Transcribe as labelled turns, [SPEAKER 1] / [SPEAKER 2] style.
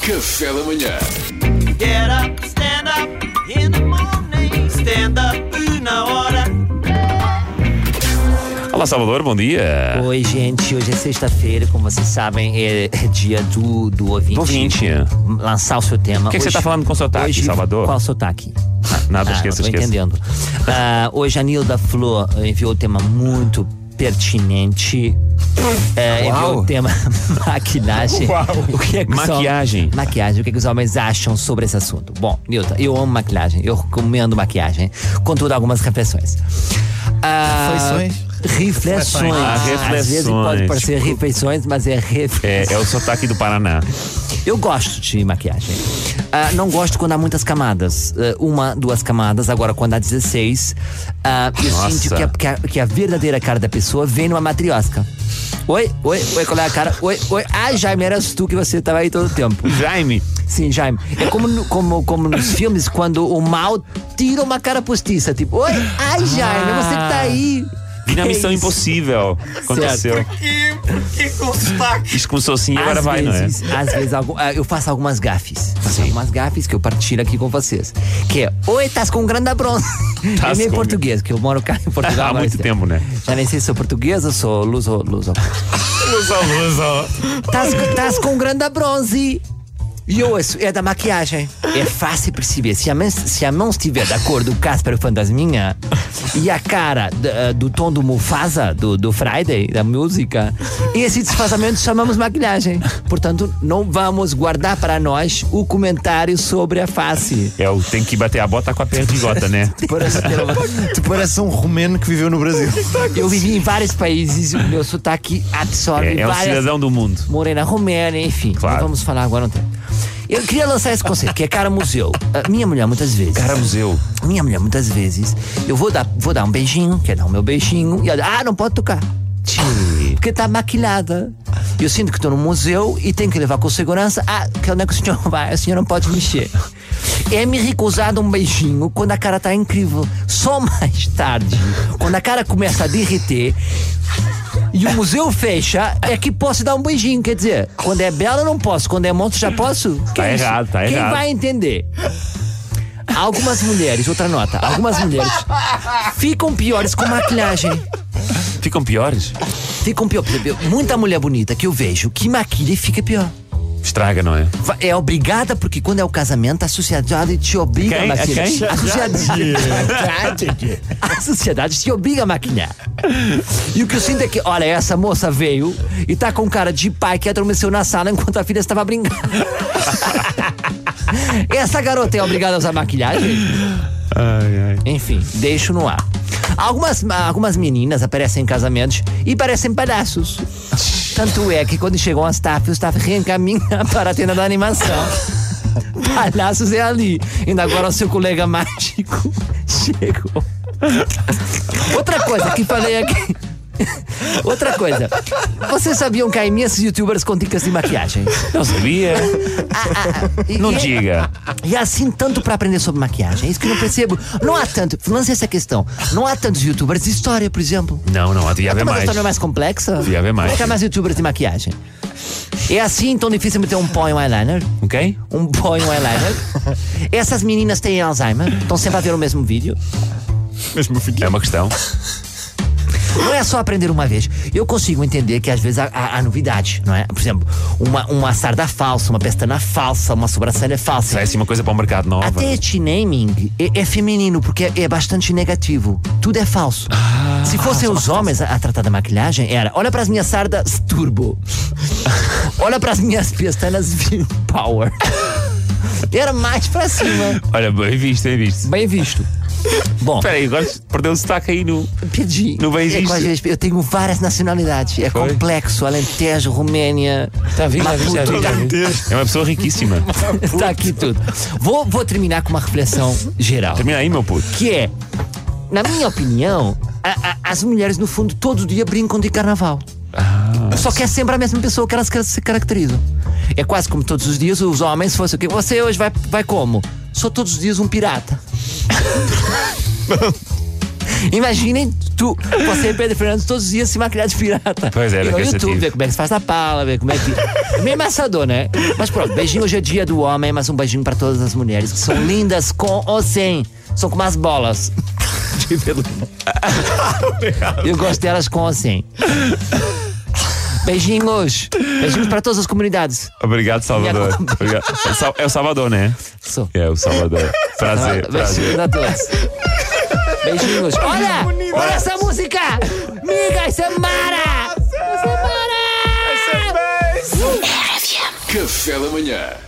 [SPEAKER 1] Café da manhã.
[SPEAKER 2] Get up, stand up in the morning. Stand up na hora.
[SPEAKER 3] Olá Salvador, bom dia.
[SPEAKER 4] Oi, gente. Hoje é sexta-feira, como vocês sabem, é dia do, do ouvinte.
[SPEAKER 3] Do ouvinte. O
[SPEAKER 4] Lançar o seu tema. O
[SPEAKER 3] que é que você tá falando com sotaque, Salvador? Ah,
[SPEAKER 4] Qual é sotaque?
[SPEAKER 3] Nada, esqueça,
[SPEAKER 4] não tô
[SPEAKER 3] esqueça.
[SPEAKER 4] entendendo. Ah, hoje a Nilda Flor enviou um tema muito pertinente. É, enviou o tema maquinagem. O que é que os hom-
[SPEAKER 3] Maquiagem.
[SPEAKER 4] maquiagem. O que, é que os homens acham sobre esse assunto? Bom, Nilda, eu amo maquilhagem. Eu recomendo maquiagem. Contudo, algumas reflexões. Ah,
[SPEAKER 5] Refeições?
[SPEAKER 4] Reflexões.
[SPEAKER 3] Ah, reflexões.
[SPEAKER 4] Às vezes pode parecer refeições, mas é reflexões.
[SPEAKER 3] É, é o sotaque do Paraná.
[SPEAKER 4] Eu gosto de maquiagem. Ah, não gosto quando há muitas camadas. Ah, uma, duas camadas. Agora, quando há 16, ah, eu
[SPEAKER 3] Nossa.
[SPEAKER 4] sinto que a, que, a, que a verdadeira cara da pessoa vem numa matriosca. Oi, oi, oi, qual é a cara? Oi, oi. Ah, Jaime, eras tu que você tava aí todo o tempo.
[SPEAKER 3] Jaime.
[SPEAKER 4] Sim, Jaime. É como, no- como, como nos filmes, quando o mal tira uma cara postiça. Tipo, oi, ai, Jaime, você que tá aí.
[SPEAKER 3] Vi na missão
[SPEAKER 4] Que isso?
[SPEAKER 3] impossível. Aconteceu.
[SPEAKER 2] E porque com sotaque?
[SPEAKER 3] Isso começou assim e agora
[SPEAKER 4] às
[SPEAKER 3] vai,
[SPEAKER 4] vezes, Às vezes algu- ah, eu faço algumas gafes. Faço algumas gafes que eu partilho aqui com vocês. Que é, oi, estás com grande bronze.
[SPEAKER 3] Tás
[SPEAKER 4] é meio
[SPEAKER 3] com-
[SPEAKER 4] português, que eu moro cá em
[SPEAKER 3] não é?
[SPEAKER 4] Portugal.
[SPEAKER 3] Há muito
[SPEAKER 4] mas-
[SPEAKER 3] tempo, né?
[SPEAKER 4] Já nem sei se sou português ou sou luso. luso.
[SPEAKER 3] Lusa, lusa.
[SPEAKER 4] Tás, tás com grande bronze. E eu, isso é da maquiagem. É fácil perceber. Se a, mão, se a mão estiver da cor do Casper Fantasminha e a cara da- do tom do Mufasa, do, do Friday, da música, esse desfazamento chamamos maquilhagem. Portanto, não vamos guardar para nós o comentário sobre a face.
[SPEAKER 3] É o tem que bater a bota com a perdigota, né?
[SPEAKER 4] Tu parece-
[SPEAKER 5] Tu parece um romeno que viveu no Brasil.
[SPEAKER 4] Eu vivi em vários países, o meu sotaque absorve
[SPEAKER 3] É, é um
[SPEAKER 4] várias
[SPEAKER 3] cidadão do mundo.
[SPEAKER 4] Morena Romênia, enfim.
[SPEAKER 3] Claro.
[SPEAKER 4] Não vamos falar agora não tem. Eu queria lançar esse conceito, que é cara museu. Ah, minha mulher muitas vezes.
[SPEAKER 3] Cara, museu.
[SPEAKER 4] Minha mulher muitas vezes. Eu vou dar, vou dar um beijinho, quer dar o meu beijinho, e ela, ah, não pode tocar. Porque tá maquilhada. Eu sinto que tô no museu e tenho que levar com segurança. Ah, que onde é que o senhor vai? O senhor não pode mexer. É me recusar de um beijinho quando a cara tá incrível. Só mais tarde, quando a cara começa a derreter, e o museu fecha, é que posso dar um beijinho. Quer dizer, quando é bela, não posso. Quando é monstro, já posso? Que
[SPEAKER 3] Tá
[SPEAKER 4] isso?
[SPEAKER 3] errado, tá
[SPEAKER 4] Quem
[SPEAKER 3] errado.
[SPEAKER 4] vai entender? Algumas mulheres, outra nota, algumas mulheres ficam piores com maquilhagem.
[SPEAKER 3] Ficam piores?
[SPEAKER 4] Ficam pior. Por exemplo, eu- Muita mulher bonita que eu vejo que maquilha e fica pior.
[SPEAKER 3] Estraga, não é?
[SPEAKER 4] Va- É obrigada, porque quando é o casamento, a sociedade te obriga
[SPEAKER 3] Quem?
[SPEAKER 4] a maquilhar.
[SPEAKER 3] Quem?
[SPEAKER 4] A sociedade. a sociedade te obriga a maquilhar. E o que eu sinto é que, olha, essa moça veio e tá com cara de pai que adormeceu na sala enquanto a filha estava brincando. essa garota é obrigada a usar maquilhagem?
[SPEAKER 3] Ai, ai.
[SPEAKER 4] Enfim, deixo no ar. Algumas, algumas meninas aparecem em casamentos e parecem palhaços. Tanto é que quando chegam a staff, o staff reencaminha para a tenda da animação. Palhaços é ali. Ainda agora o seu colega mágico chegou. Outra coisa que falei aqui. Outra coisa. Vocês sabiam que há imensos youtubers com dicas de maquiagem?
[SPEAKER 3] Não sabia?
[SPEAKER 4] E-
[SPEAKER 3] Não
[SPEAKER 4] e-
[SPEAKER 3] diga.
[SPEAKER 4] e assim tanto pra aprender sobre maquiagem. É isso que eu não percebo. Não há tanto. Lança essa questão. Não há tantos youtubers de história, por exemplo.
[SPEAKER 3] Não, não, havia haver
[SPEAKER 4] Mas a
[SPEAKER 3] mais.
[SPEAKER 4] história é mais complexa.
[SPEAKER 3] Devia haver mais.
[SPEAKER 4] Por que há mais youtubers de maquiagem. É assim tão difícil meter um pó em um eyeliner?
[SPEAKER 3] Ok?
[SPEAKER 4] Um pó em um eyeliner? Essas meninas têm Alzheimer? Estão sempre a ver o mesmo vídeo?
[SPEAKER 3] É uma questão.
[SPEAKER 4] Não é só aprender uma vez. Eu consigo entender que às vezes há, há- há novidade, não é? Por exemplo, uma, uma sarda falsa, uma pestana falsa, uma sobrancelha falsa.
[SPEAKER 3] Sai assim uma coisa para o mercado nova.
[SPEAKER 4] Até este naming é, é feminino, porque é, é bastante negativo. Tudo é falso. Se fossem os homens a, a tratar da maquilhagem, era: olha para as minhas sardas turbo. olha para as minhas pestanas Vim power. Era mais pra cima.
[SPEAKER 3] Olha, bem visto, bem visto.
[SPEAKER 4] Bem visto. Bom,
[SPEAKER 3] Espera aí, agora perdeu o sotaque aí no.
[SPEAKER 4] pedi.
[SPEAKER 3] Não vai
[SPEAKER 4] É
[SPEAKER 3] existir.
[SPEAKER 4] que às vezes eu tenho várias nacionalidades. É
[SPEAKER 3] Foi?
[SPEAKER 4] complexo. Alentejo, Romênia.
[SPEAKER 3] Tá vindo,
[SPEAKER 4] Maputo,
[SPEAKER 3] É uma pessoa riquíssima.
[SPEAKER 4] Tá aqui tudo. Vou, vou terminar com uma reflexão geral.
[SPEAKER 3] Termina aí, meu puto.
[SPEAKER 4] que é, na minha opinião, a- a- as mulheres, no fundo, todo dia brincam de carnaval. Só que é sempre a mesma pessoa que elas car- se caracterizam. É quase como todos os dias os homens fossem o quê? Você hoje vai, vai como? Sou todos os dias um pirata. Imaginem tu, você e Pedro Fernandes todos os dias se maquilhar de pirata.
[SPEAKER 3] Pois é,
[SPEAKER 4] e
[SPEAKER 3] era
[SPEAKER 4] no YouTube,
[SPEAKER 3] cansativo.
[SPEAKER 4] ver como é que se faz a pala, ver como é que. Meio amassador, né? Mas pronto, beijinho hoje é dia do homem, mas um beijinho pra todas as mulheres que são lindas com ou sem. São como as bolas. De veludo. Eu gosto delas com ou sem. Beijinhos! Beijinhos para todas as comunidades.
[SPEAKER 3] Obrigado, Salvador. Obrigado. É Sal- É o Salvador, né?
[SPEAKER 4] Sou.
[SPEAKER 3] É o Salvador. Prazer, É, prazer.
[SPEAKER 4] Beijinhos a todos. Beijinhos. Olha! Olha essa música! Miga é e é Samara! Samara!
[SPEAKER 1] Café da Manhã